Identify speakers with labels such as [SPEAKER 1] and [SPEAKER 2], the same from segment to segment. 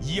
[SPEAKER 1] 以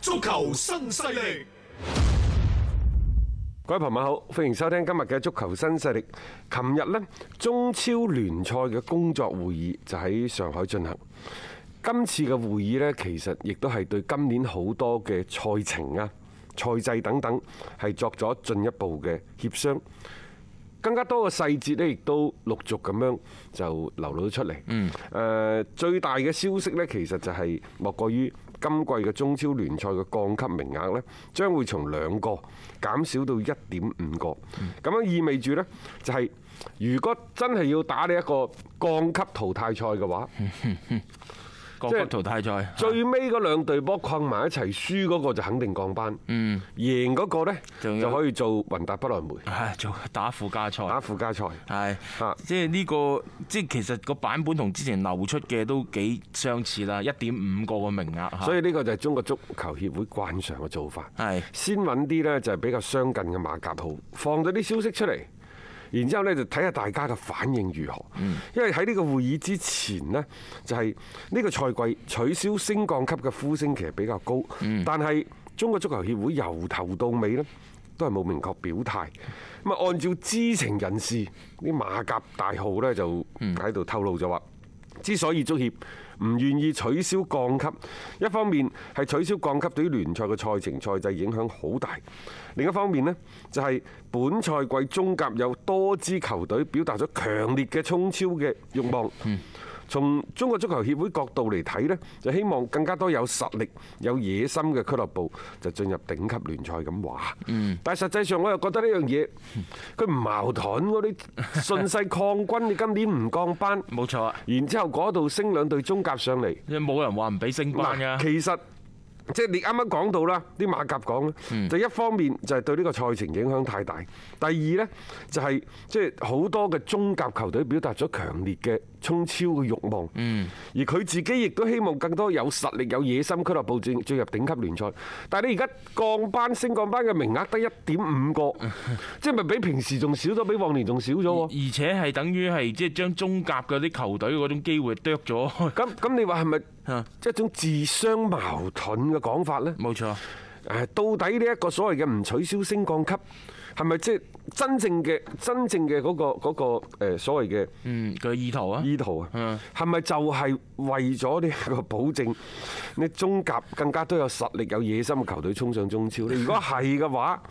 [SPEAKER 1] 足球新勢力，
[SPEAKER 2] 各位朋友好，歡迎收聽今日嘅足球新勢力。琴日呢，中超聯賽嘅工作會議就喺上海進行。今次嘅會議呢，其實亦都係對今年好多嘅賽程啊、賽制等等係作咗進一步嘅協商。更加多嘅細節呢，亦都陸續咁樣就流露出嚟。嗯。誒，最大嘅消息呢，其實就係莫過於今季嘅中超聯賽嘅降級名額呢，將會從兩個減少到一點五個。
[SPEAKER 3] 嗯
[SPEAKER 2] 咁樣意味住呢，就係如果真係要打呢一個降級淘汰賽 嘅話，
[SPEAKER 3] 各
[SPEAKER 2] 即係
[SPEAKER 3] 級淘汰賽，
[SPEAKER 2] 最尾嗰兩隊波困埋一齊，輸嗰個就肯定降班。嗯。贏嗰個呢，
[SPEAKER 3] 仲有
[SPEAKER 2] 就可以做雲達不來梅
[SPEAKER 3] 唉，做打附加賽，
[SPEAKER 2] 打附加賽。
[SPEAKER 3] 係
[SPEAKER 2] 啊
[SPEAKER 3] 即係呢個，即係其實個版本同之前流出嘅都幾相似啦，一點五個個名額嚇，
[SPEAKER 2] 所以呢個就係中國足球協會慣常嘅做法，
[SPEAKER 3] 係
[SPEAKER 2] 先揾啲呢就係比較相近嘅馬甲號，放咗啲消息出嚟，然之後呢就睇下大家嘅反應如何。因為喺呢個會議之前呢，就係呢個賽季取消升降級嘅呼聲其實比較高，但係中國足球協會由頭到尾呢。都係冇明確表態，咁啊按照知情人士啲馬甲大號呢，就喺度透露就話。之所以足協唔願意取消降級，一方面係取消降級對於聯賽嘅賽程賽制影響好大，另一方面呢，就係本賽季中甲有多支球隊表達咗強烈嘅衝超嘅欲望。從中國足球協會角度嚟睇呢就希望更加多有實力、有野心嘅俱樂部就進入頂級聯賽咁話。但係實際上我又覺得呢樣嘢佢唔矛盾喎，你順勢抗軍，你今年唔降班，
[SPEAKER 3] 冇錯啊！
[SPEAKER 2] 然之後嗰度升兩隊中甲上嚟，
[SPEAKER 3] 即係冇人話唔俾升班
[SPEAKER 2] 嗱，
[SPEAKER 3] 㗎，
[SPEAKER 2] 其實。即係你啱啱講到啦，啲馬甲講咧，就一方面就係對呢個賽程影響太大，第二呢，就係即係好多嘅中甲球隊表達咗強烈嘅衝超嘅慾望，而佢自己亦都希望更多有實力、有野心俱樂部進進入頂級聯賽。但係你而家降班升降班嘅名額得一點五個，即係咪比平時仲少咗，比往年仲少咗
[SPEAKER 3] 而
[SPEAKER 2] 喎？
[SPEAKER 3] 而且係等於係即係將中甲嗰啲球隊嗰種機會啄 咗，
[SPEAKER 2] 咁咁你話係咪
[SPEAKER 3] 啊
[SPEAKER 2] 即係一種自相矛盾嘅講法呢？
[SPEAKER 3] 冇錯，
[SPEAKER 2] 誒，到底呢一個所謂嘅唔取消升降級，係咪即係真正嘅真正嘅嗰個嗰個誒所謂
[SPEAKER 3] 嗯，佢意圖啊
[SPEAKER 2] 嘅，意圖啊
[SPEAKER 3] 嗯？
[SPEAKER 2] 係咪就係為咗呢一個保證，你中甲更加都有實力、有野心嘅球隊衝上中超咧？如果係嘅話，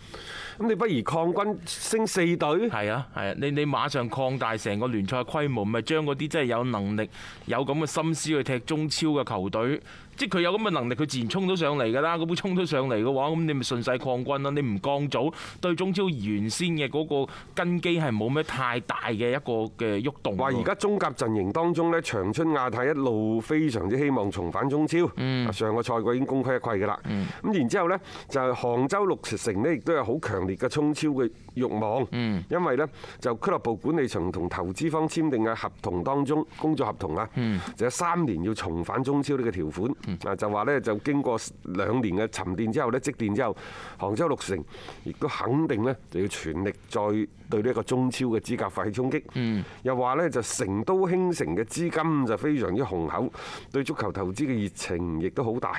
[SPEAKER 2] 咁你不如抗軍升四隊。
[SPEAKER 3] 係啊，係啊，你你馬上擴大成個聯賽規模，咪將嗰啲真係有能力、有咁嘅心思去踢中超嘅球隊，即係佢有咁嘅能力，佢自然衝到上嚟㗎啦。咁佢衝到上嚟嘅話，咁你咪順勢擴軍啦。你唔降組，對中超原先嘅嗰個根基係冇咩太大嘅一個嘅喐動喎。
[SPEAKER 2] 話而家中甲陣營當中呢，長春亞泰一路非常之希望重返中超。啊上個賽季已經功虧一簣嘅啦。咁然之後呢，就係杭州綠城呢，亦都有好強烈嘅衝超嘅慾望。因為呢，就俱樂部管理層同投資方簽訂嘅合同當中，工作合同啊，就有三年要重返中超呢個條款。啊，就話呢，就經過兩年嘅沉澱之後呢，積澱之後，杭州綠城亦都肯定呢，就要全力再對呢一個中超嘅資格發起衝擊。
[SPEAKER 3] 嗯
[SPEAKER 2] 又話呢，就成都興城嘅資金就非常之雄厚，對足球投資嘅熱情亦都好大。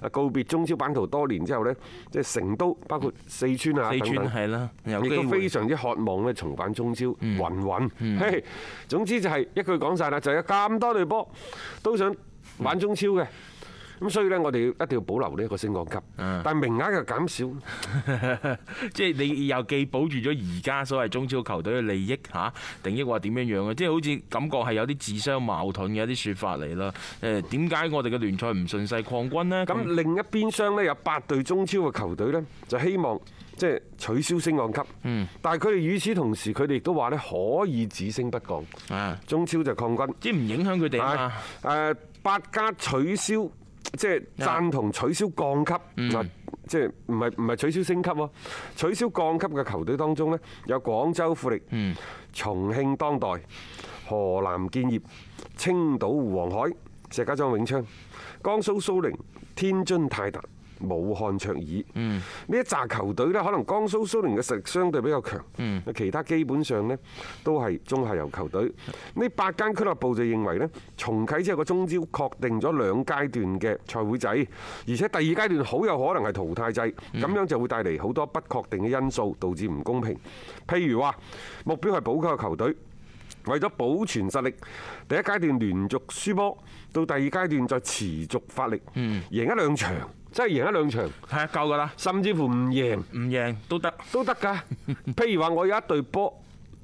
[SPEAKER 2] 啊，告別中超版圖多年之後呢，即係成都包括四川啊
[SPEAKER 3] 四
[SPEAKER 2] 等
[SPEAKER 3] 川
[SPEAKER 2] 等。
[SPEAKER 3] 係啦，有
[SPEAKER 2] 亦
[SPEAKER 3] 機
[SPEAKER 2] 都非
[SPEAKER 3] 會。嗯
[SPEAKER 2] 常之渴望咧重返中超，雲雲。嘿，總之就係一句講晒啦，就有咁多隊波都想玩中超嘅。咁所以呢，我哋一定要保留呢一個升降級，
[SPEAKER 3] 啊
[SPEAKER 2] 但名額又 減少。
[SPEAKER 3] 即係你又既保住咗而家所謂中超球隊嘅利益嚇，定抑或點樣樣嘅？即係好似感覺係有啲自相矛盾嘅一啲説法嚟啦。誒點解我哋嘅聯賽唔順勢擴軍呢？
[SPEAKER 2] 咁另一邊廂呢，有八隊中超嘅球隊呢，就希望即係取消升降級。嗯。但係佢哋與此同時，佢哋亦都話呢，可以只升不降。
[SPEAKER 3] 啊，
[SPEAKER 2] 中超就抗軍。
[SPEAKER 3] 即係唔影響佢哋啊嘛
[SPEAKER 2] 啊。誒八家取消，即係
[SPEAKER 3] 啊
[SPEAKER 2] 贊同取消降級
[SPEAKER 3] 嗯
[SPEAKER 2] 嗱。即係唔係唔係取消升級喎？取消降級嘅球隊當中呢，有廣州富力、
[SPEAKER 3] 嗯
[SPEAKER 2] 重慶當代、河南建業、青島湖黃海、石家莊永昌、江蘇蘇寧、天津泰達。武漢卓爾，呢一紮球隊呢，可能江蘇蘇寧嘅實力相對比較強，其他基本上呢都係中下游球隊。呢八間俱樂部就認為呢，重啟之後個中超確定咗兩階段嘅賽會制，而且第二階段好有可能係淘汰制，咁樣就會帶嚟好多不確定嘅因素，導致唔公平。譬如話目標係保級嘅球隊。為咗保存實力，第一階段連續輸波，到第二階段再持續發力，
[SPEAKER 3] 嗯
[SPEAKER 2] 贏一兩場，真係贏一兩場，
[SPEAKER 3] 係啊，夠㗎啦，
[SPEAKER 2] 甚至乎唔贏
[SPEAKER 3] 唔贏都得。
[SPEAKER 2] 都得 㗎。譬如話，我有一隊波，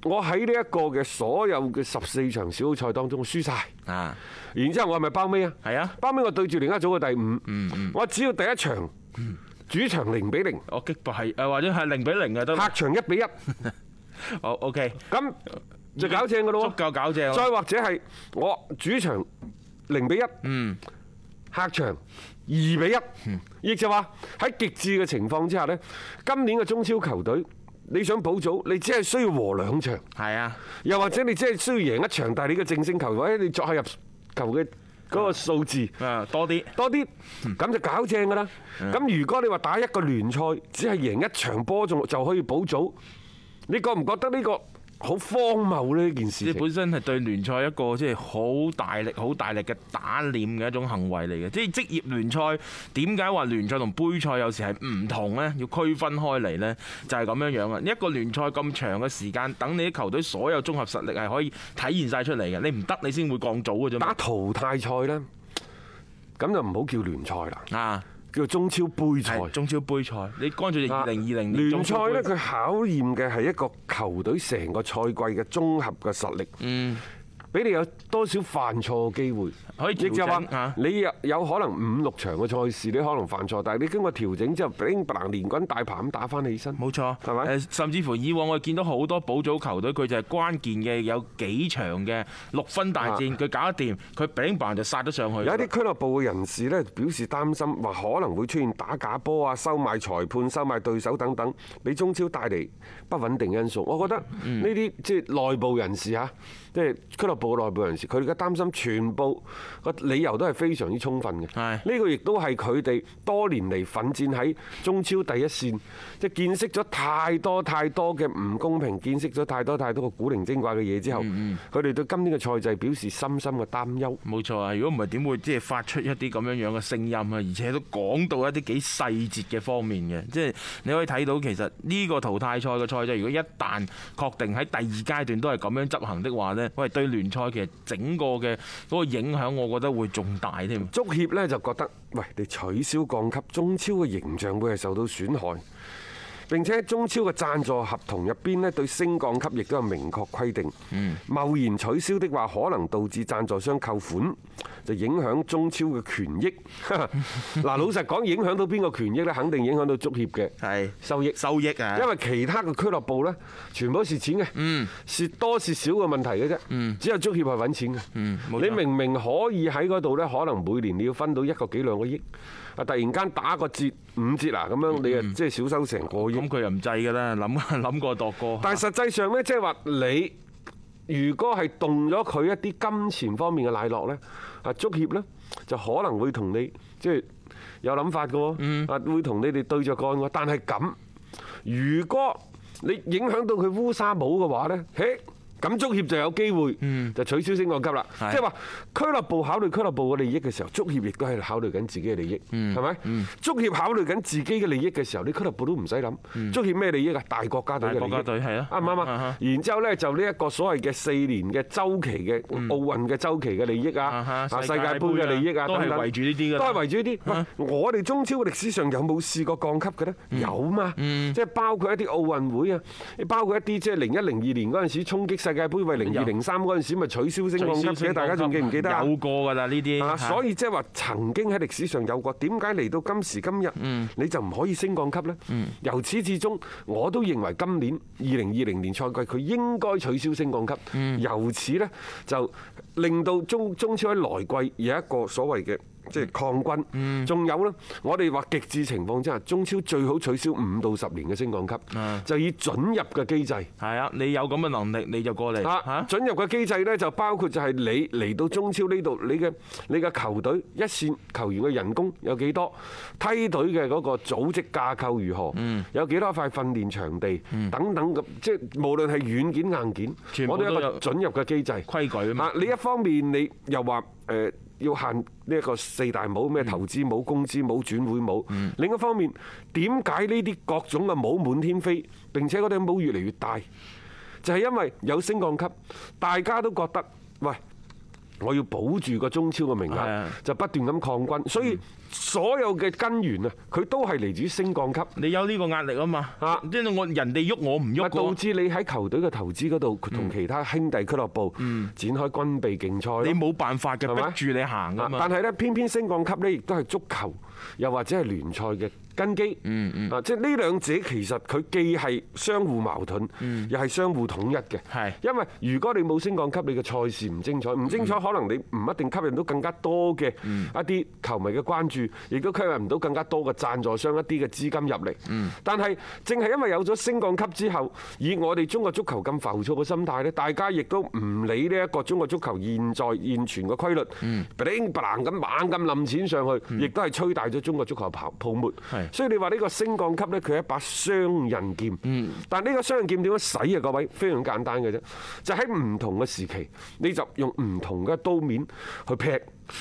[SPEAKER 2] 我喺呢一個嘅所有嘅十四場小組賽當中輸晒，
[SPEAKER 3] 啊，
[SPEAKER 2] 然之後我係咪包尾啊？
[SPEAKER 3] 係啊嗯
[SPEAKER 2] 包尾我對住另一組嘅第五，我只要第一場主場零比零，
[SPEAKER 3] 我擊敗誒或者係零比零啊得啦。
[SPEAKER 2] 客場一比一，
[SPEAKER 3] 好 OK，
[SPEAKER 2] 咁就搞正
[SPEAKER 3] 足
[SPEAKER 2] 㗎咯喎。
[SPEAKER 3] 夠搞正。
[SPEAKER 2] 再或者係我主場零比一，客場二比一，亦就話喺極致嘅情況之下呢，今年嘅中超球隊。你想保組，你只係需要和兩場，
[SPEAKER 3] 係啊，
[SPEAKER 2] 又或者你只係需要贏一場，但係你嘅正勝球或者你作下入球嘅嗰個數字
[SPEAKER 3] 啊多啲。
[SPEAKER 2] 多啲，咁就搞正㗎啦。咁如果你話打一個聯賽，只係贏一場波仲就可以保組，你覺唔覺得呢個好荒謬呢？呢件
[SPEAKER 3] 即
[SPEAKER 2] 事
[SPEAKER 3] 係
[SPEAKER 2] 情？
[SPEAKER 3] 本身係對聯賽一個即係好大力、好大力嘅打臉嘅一種行為嚟嘅。即係職業聯賽點解話聯賽同杯賽有時係唔同呢？要區分開嚟呢，就係咁樣樣啊！一個聯賽咁長嘅時間，等你啲球隊所有綜合實力係可以體現晒出嚟嘅。你唔得，你先會降組嘅啫
[SPEAKER 2] 打
[SPEAKER 3] 嘛。
[SPEAKER 2] 淘汰賽呢，咁就唔好叫聯賽啦，
[SPEAKER 3] 啊，
[SPEAKER 2] 叫中超杯賽。
[SPEAKER 3] 係中超杯賽，你乾脆就
[SPEAKER 2] 啊
[SPEAKER 3] 二零二零年
[SPEAKER 2] 聯賽呢，
[SPEAKER 3] 中超杯
[SPEAKER 2] 佢考驗嘅係一個球隊成個賽季嘅綜合嘅實力。嗯。俾你有多少犯錯嘅機會？
[SPEAKER 3] 可以調整
[SPEAKER 2] 亦就
[SPEAKER 3] 啊
[SPEAKER 2] 話你有有可能五六場嘅賽事你可能犯錯，但係你經過調整之後，乒乓連滾帶爬咁打翻起身。
[SPEAKER 3] 冇錯，
[SPEAKER 2] 係咪
[SPEAKER 3] 誒甚至乎以往我見到好多補組球隊，佢就係關鍵嘅有幾場嘅六分大戰，佢搞得掂，佢餅棒就殺得上去。
[SPEAKER 2] 啊有一啲俱樂部嘅人士呢，表示擔心，話可能會出現打假波啊、收買裁判、收買對手等等，俾中超帶嚟不穩定因素。我覺得呢啲即係內部人士嚇，即係俱樂部嘅內部人士，佢哋嘅擔心全部個理由都係非常之充分嘅。
[SPEAKER 3] 係
[SPEAKER 2] 呢個亦都係佢哋多年嚟奮戰喺中超第一線，即係見識咗太多太多嘅唔公平，見識咗太多太多嘅古靈精怪嘅嘢之後，佢哋對今年嘅賽制表示深深嘅擔憂。
[SPEAKER 3] 冇錯啊！如果唔係點會即係發出一啲咁樣樣嘅聲音啊？而且都講到一啲幾細節嘅方面嘅，即係你可以睇到其實呢個淘汰賽嘅賽制，如果一旦確定喺第二階段都係咁樣執行的話呢，喂對聯賽其實整個嘅嗰個影響，我覺得會仲大添。
[SPEAKER 2] 足協呢就覺得，喂，你取消降級，中超嘅形象會係受到損害。並且中超嘅贊助合同入邊呢，對升降級亦都有明確規定。貿然取消的話，可能導致贊助商扣款，就影響中超嘅權益。 嗱，老實講，影響到邊個權益呢？肯定影響到足協嘅
[SPEAKER 3] 係
[SPEAKER 2] 收益。
[SPEAKER 3] 收益啊
[SPEAKER 2] 因！為其他嘅俱樂部呢，全部都蝕錢嘅，蝕多蝕少嘅問題嘅啫，只有足協係揾錢嘅。
[SPEAKER 3] 冇
[SPEAKER 2] 你明明可以喺嗰度呢，可能每年你要分到一個幾兩個億，啊突然間打個折五折啊咁樣，你啊即係少收成個
[SPEAKER 3] 咁
[SPEAKER 2] 億。
[SPEAKER 3] 佢又唔制㗎啦，諗 諗過度過。
[SPEAKER 2] 但係實際上呢，即係話你如果係動咗佢一啲金錢方面嘅奶酪呢，啊足協呢，就可能會同你即係有諗法嘅喎，啊會同你哋對着幹喎。但係咁，如果你影響到佢烏沙帽嘅話呢，嘿，咁足協就有機會就取消升降級啦。
[SPEAKER 3] 係
[SPEAKER 2] 即係話俱樂部考慮俱樂部嘅利益嘅時候，足協亦都係考慮緊自己嘅利益，係咪？足協考慮緊自己嘅利益嘅時候，你俱樂部都唔使諗。足協咩利益啊？大國家隊嘅利益。
[SPEAKER 3] 大國家隊係啊
[SPEAKER 2] 啱唔啱啊？然之後呢，就呢一個所謂嘅四年嘅周期嘅奧運嘅周期嘅利益
[SPEAKER 3] 啊
[SPEAKER 2] 啊，
[SPEAKER 3] 哈
[SPEAKER 2] 啊
[SPEAKER 3] 世
[SPEAKER 2] 世
[SPEAKER 3] 界
[SPEAKER 2] 界盃
[SPEAKER 3] 盃
[SPEAKER 2] 嘅
[SPEAKER 3] 啊
[SPEAKER 2] 利益啊，
[SPEAKER 3] 都係
[SPEAKER 2] 等等
[SPEAKER 3] 圍住呢啲㗎啦
[SPEAKER 2] 都係圍住呢啲。喂我哋中超嘅歷史上有冇試過降級嘅呢？有嘛？即係包括一啲奧運會啊，包括一啲即係零一零二年嗰陣時衝擊世界盃，為零二零三嗰陣時咪取消升
[SPEAKER 3] 最
[SPEAKER 2] 降級
[SPEAKER 3] 消
[SPEAKER 2] 嘅，
[SPEAKER 3] 息
[SPEAKER 2] 大家仲記唔記得啊？
[SPEAKER 3] 有過㗎啦呢啲
[SPEAKER 2] 啊，
[SPEAKER 3] 嚇
[SPEAKER 2] 所以即係話曾經喺歷史上有過，點解嚟到今時今日
[SPEAKER 3] 嗯
[SPEAKER 2] 你就唔可以升降級呢？由始至終我都認為今年二零二零年賽季佢應該取消升降級，
[SPEAKER 3] 嗯
[SPEAKER 2] 由此呢，就令到中中超喺來季有一個所謂嘅。即係抗
[SPEAKER 3] 嗯
[SPEAKER 2] 軍，仲有呢，我哋話極致情況之下，中超最好取消五到十年嘅升降級，
[SPEAKER 3] 啊
[SPEAKER 2] 就以準入嘅機制。
[SPEAKER 3] 係啊，你有咁嘅能力你就過嚟
[SPEAKER 2] 啊
[SPEAKER 3] 嚇，。
[SPEAKER 2] 準入嘅機制呢，就包括就係你嚟到中超呢度，你嘅你嘅球隊一線球員嘅人工有幾多，梯隊嘅嗰個組織架構如何，
[SPEAKER 3] 嗯
[SPEAKER 2] 有幾多塊訓練場地等等咁，即係無論係軟件硬
[SPEAKER 3] 全
[SPEAKER 2] 件，
[SPEAKER 3] 部
[SPEAKER 2] 我
[SPEAKER 3] 都
[SPEAKER 2] 哋有一
[SPEAKER 3] 有
[SPEAKER 2] 個準入嘅機制
[SPEAKER 3] 規矩啊嘛
[SPEAKER 2] 啊，你一方面你又話誒要限呢一個四大帽，咩投資帽、工資帽、轉會帽。
[SPEAKER 3] 嗯
[SPEAKER 2] 另一方面，點解呢啲各種嘅帽滿天飛，並且嗰頂帽越嚟越大？就係因為有升降級，大家都覺得喂。我要保住個中超嘅名
[SPEAKER 3] 係
[SPEAKER 2] 額
[SPEAKER 3] 啊，
[SPEAKER 2] 就不斷咁抗軍，所以所有嘅根源啊，佢都係嚟自於升降級，
[SPEAKER 3] 你有呢個壓力啊嘛
[SPEAKER 2] 啊，
[SPEAKER 3] 即係我人哋喐我唔
[SPEAKER 2] 咪
[SPEAKER 3] 喐
[SPEAKER 2] 導
[SPEAKER 3] 過，
[SPEAKER 2] 致你喺球隊嘅投資嗰度同其他兄弟俱樂部展開軍備競賽咯。
[SPEAKER 3] 你冇辦法嘅，
[SPEAKER 2] 係咪
[SPEAKER 3] 逼住你行啊
[SPEAKER 2] 啊
[SPEAKER 3] 嘛
[SPEAKER 2] 但。係咧，偏偏升降級呢，亦都係足球又或者係聯賽嘅根基。嗯嗯。啊，即係呢兩者其實佢既係相互矛盾，又係相互統一嘅。
[SPEAKER 3] 係
[SPEAKER 2] 因為如果你冇升降級，你嘅賽事唔精彩，唔精彩可能你唔一定吸引到更加多嘅一啲球迷嘅關注，亦都吸引唔到更加多嘅贊助商一啲嘅資金入嚟。但係正係因為有咗升降級之後，以我哋中國足球咁浮躁嘅心態咧，大家亦都唔理呢一個中國足球現在現存嘅規律，bling bling 咁猛咁冧錢上去，亦都係吹大咗中國足球泡泡沫
[SPEAKER 3] 係。
[SPEAKER 2] 所以你話呢個升降級呢，佢係一把雙刃劍。但呢個雙刃劍點樣使啊？各位非常簡單嘅啫，就喺唔同嘅時期，你就用唔同嘅刀面去劈，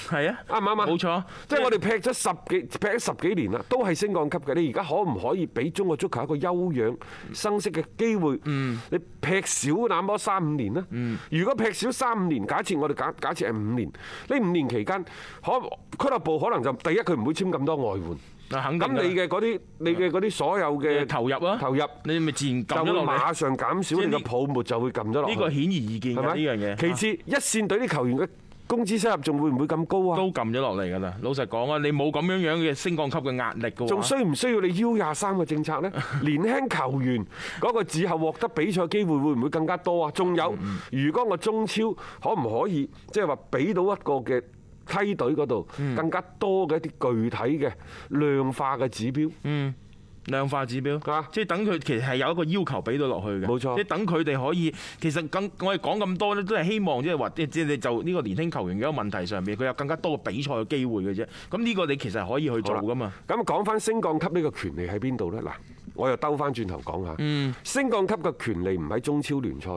[SPEAKER 3] 係啊，
[SPEAKER 2] 啱唔啱啊？
[SPEAKER 3] 冇錯，
[SPEAKER 2] 即係我哋劈咗十幾劈咗十幾年啦，都係升降級嘅。你而家可唔可以俾中國足球一個休養生息嘅機會？你劈少那麼三五年呢？如果劈少三五年，假設我哋假假設係五年，呢五年期間，可俱樂部可能就第一佢唔會簽咁多外援。
[SPEAKER 3] 嗱肯定
[SPEAKER 2] 咁你
[SPEAKER 3] 嘅
[SPEAKER 2] 嘅嗰啲，你嘅嗰啲所有嘅
[SPEAKER 3] 投入啊，
[SPEAKER 2] 投入
[SPEAKER 3] 你咪自然
[SPEAKER 2] 就
[SPEAKER 3] 撳
[SPEAKER 2] 會
[SPEAKER 3] 咗落
[SPEAKER 2] 馬
[SPEAKER 3] 嚟，
[SPEAKER 2] 上減少，
[SPEAKER 3] 即係
[SPEAKER 2] 你
[SPEAKER 3] 呢
[SPEAKER 2] 嘅泡沫就會撳咗落去。
[SPEAKER 3] 呢個顯而易見嘅呢樣嘢。
[SPEAKER 2] 其次，一線隊啲球員嘅工資收入仲會唔會咁高啊？
[SPEAKER 3] 都撳咗落嚟㗎啦。老實講啊，你冇咁樣樣嘅升降級嘅壓力嘅
[SPEAKER 2] 仲
[SPEAKER 3] 話，
[SPEAKER 2] 需唔需要你 U 廿三嘅 政策呢？年輕球員嗰個之後獲得比賽機會會唔會更加多啊？仲有，如果我中超可唔可以即係話俾到一個嘅梯隊嗰度更加多嘅一啲具體嘅量化嘅指標？
[SPEAKER 3] 量化指標
[SPEAKER 2] 啊
[SPEAKER 3] 即係等佢其實係有一個要求俾到落去嘅，
[SPEAKER 2] 冇錯
[SPEAKER 3] 即係等佢哋可以其實咁我哋講咁多咧，都係希望即係話即係你就呢個年輕球員嘅一個問題上面，佢有更加多嘅比賽嘅機會嘅啫。咁呢個你其實可以去做㗎嘛。
[SPEAKER 2] 咁講翻升降級呢個權利喺邊度呢？嗱，我又兜翻轉頭講下，
[SPEAKER 3] 嗯
[SPEAKER 2] 升降級嘅權利唔喺中超聯賽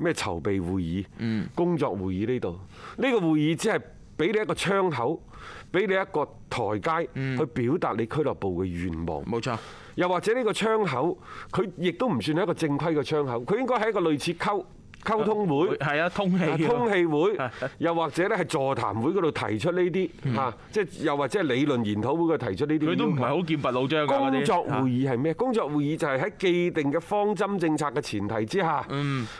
[SPEAKER 2] 咩籌備會議、
[SPEAKER 3] 嗯
[SPEAKER 2] 工作會議呢度，呢個會議只係俾你一個窗口，俾你一個台階去表達你俱樂部嘅願望。
[SPEAKER 3] 嗯冇錯，
[SPEAKER 2] 又或者呢個窗口，佢亦都唔算係一個正規嘅窗口，佢應該係一個類似溝溝通會。
[SPEAKER 3] 係啊，通氣㗎
[SPEAKER 2] 通 氣會，又或者咧係座談會嗰度提出呢啲嚇，即係又或者係理論研討會嗰度提出呢啲
[SPEAKER 3] 嗯
[SPEAKER 2] 要求。
[SPEAKER 3] 佢都唔係好劍拔弩張㗎啊嗰啲
[SPEAKER 2] 工作會議係咩？工作會議就係喺既定嘅方針政策嘅前提之下，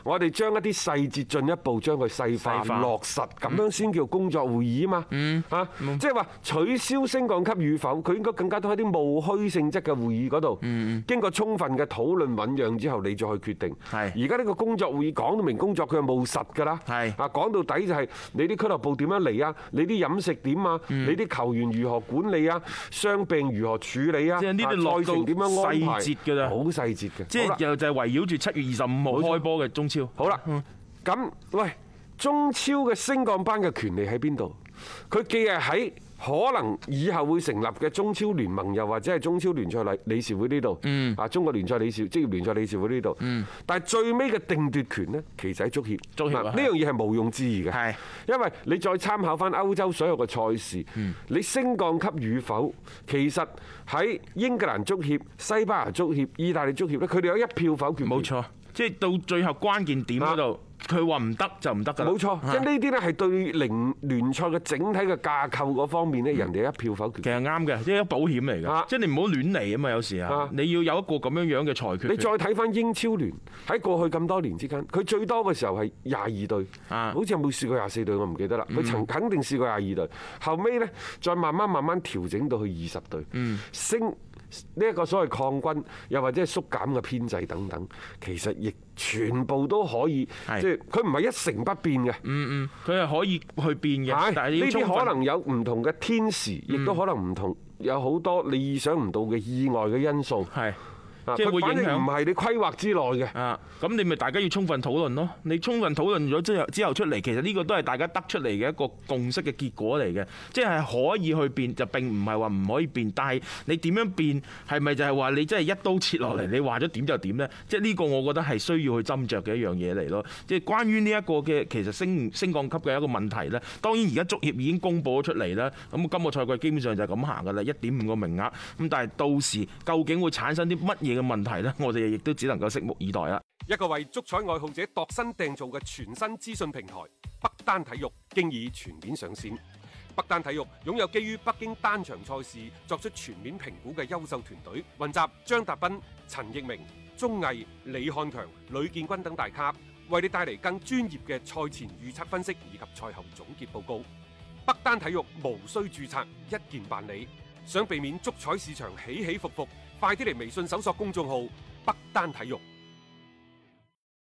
[SPEAKER 2] 我哋將一啲細節進一步將佢細
[SPEAKER 3] 嗯細化嗯
[SPEAKER 2] 化落實，咁樣先叫工作會議啊嘛。嚇，即係話取消升降級與否，佢應該更加多喺啲務虛性質嘅會議嗰度，
[SPEAKER 3] 嗯
[SPEAKER 2] 經過充分嘅討論醖釀之後，你再去決定。
[SPEAKER 3] 係
[SPEAKER 2] 而家呢個工作會議講到明工作，佢係務實㗎啦。
[SPEAKER 3] 係
[SPEAKER 2] 啊，講到底就係你啲俱樂部點樣嚟啊，你啲飲食點啊，
[SPEAKER 3] 嗯
[SPEAKER 2] 你啲球員如何管理啊，傷病如何處理啊。
[SPEAKER 3] 即係呢啲
[SPEAKER 2] 啊
[SPEAKER 3] 落
[SPEAKER 2] 賽程
[SPEAKER 3] 到
[SPEAKER 2] 點樣安
[SPEAKER 3] 細
[SPEAKER 2] 排
[SPEAKER 3] 節㗎啦
[SPEAKER 2] 好細節嘅。
[SPEAKER 3] 即
[SPEAKER 2] 好啦
[SPEAKER 3] 係又就係圍繞住七月二十五號開波嘅中超。
[SPEAKER 2] 好啦，咁喂，中超嘅升降班嘅權利喺邊度？佢既係喺可能以後會成立嘅中超聯盟，又或者係中超聯賽理理事會呢度，
[SPEAKER 3] 嗯
[SPEAKER 2] 啊中國聯賽理事職業聯賽理事會呢度，但係最尾嘅定奪權呢，其實喺足協。
[SPEAKER 3] 足協啊
[SPEAKER 2] 嗱呢樣嘢係毋庸置疑嘅，
[SPEAKER 3] 係
[SPEAKER 2] 因為你再參考翻歐洲所有嘅賽事，
[SPEAKER 3] 嗯
[SPEAKER 2] 你升降級與否，其實喺英格蘭足協、西班牙足協、意大利足協咧，佢哋有一票否決權。
[SPEAKER 3] 冇錯，即係到最後關鍵點嗰度，佢話唔得就唔得㗎啦。
[SPEAKER 2] 啊
[SPEAKER 3] 啊
[SPEAKER 2] 冇錯，即係呢啲呢係對聯聯賽嘅整體嘅架構嗰方面呢，
[SPEAKER 3] 嗯
[SPEAKER 2] 人哋一票否
[SPEAKER 3] 其
[SPEAKER 2] 決。
[SPEAKER 3] 實啱嘅，即係一個保險嚟
[SPEAKER 2] 啊
[SPEAKER 3] 㗎，即係你唔好亂嚟啊嘛，有時啊
[SPEAKER 2] 啊，
[SPEAKER 3] 你要有一個咁樣樣嘅裁決。
[SPEAKER 2] 你再睇翻英超聯喺過去咁多年之間，佢最多嘅時候係廿二隊，
[SPEAKER 3] 啊嗯
[SPEAKER 2] 好似有冇試過廿四隊我唔記得啦。佢曾肯定試過廿二隊，後尾呢，再慢慢慢慢調整到去二十隊，
[SPEAKER 3] 嗯
[SPEAKER 2] 升呢一個所謂抗軍，又或者係縮減嘅編制等等，其實亦全部都可以，
[SPEAKER 3] 係
[SPEAKER 2] 即係佢唔係一成不變嘅。
[SPEAKER 3] 嗯嗯，佢係可以去變嘅但
[SPEAKER 2] 係，
[SPEAKER 3] 係
[SPEAKER 2] 啊呢
[SPEAKER 3] 要充
[SPEAKER 2] 啲
[SPEAKER 3] 分嗯
[SPEAKER 2] 可能有唔同嘅天時，亦都可能唔同，有好多你意想唔到嘅意外嘅因素。
[SPEAKER 3] 係。
[SPEAKER 2] 啊
[SPEAKER 3] 即係
[SPEAKER 2] 佢
[SPEAKER 3] 會
[SPEAKER 2] 反
[SPEAKER 3] 影
[SPEAKER 2] 正
[SPEAKER 3] 響
[SPEAKER 2] 唔係你規劃之內嘅。
[SPEAKER 3] 啊，咁你咪大家要充分討論咯。你充分討論咗之後之後出嚟，其實呢個都係大家得出嚟嘅一個共識嘅結果嚟嘅，即係可以去變，就並唔係話唔可以變。但係你點樣變，係咪就係話你真係一刀切落嚟？你話咗點就點呢？即係呢個我覺得係需要去斟酌嘅一樣嘢嚟咯。即係關於呢一個嘅其實升升降級嘅一個問題呢，當然而家足協已經公佈咗出嚟啦。咁今個賽季基本上就係咁行㗎啦，一點五個名額。咁但係到時究竟會產生啲乜嘢嘅問題呢？我哋亦都只能夠拭目以待啦。
[SPEAKER 2] 一個為足彩愛好者度身訂造嘅全新資訊平台北單體育，經已全面上線。北單體育擁有基於北京單場賽事作出全面評估嘅優秀團隊，雲集張達斌、陳奕明、鐘毅、李漢強、呂建軍等大咖，為你帶嚟更專業嘅賽前預測分析以及賽後總結報告。北單體育無需註冊，一鍵辦理。想避免足彩市場起起伏伏，快啲嚟微信搜索公眾號北單體育。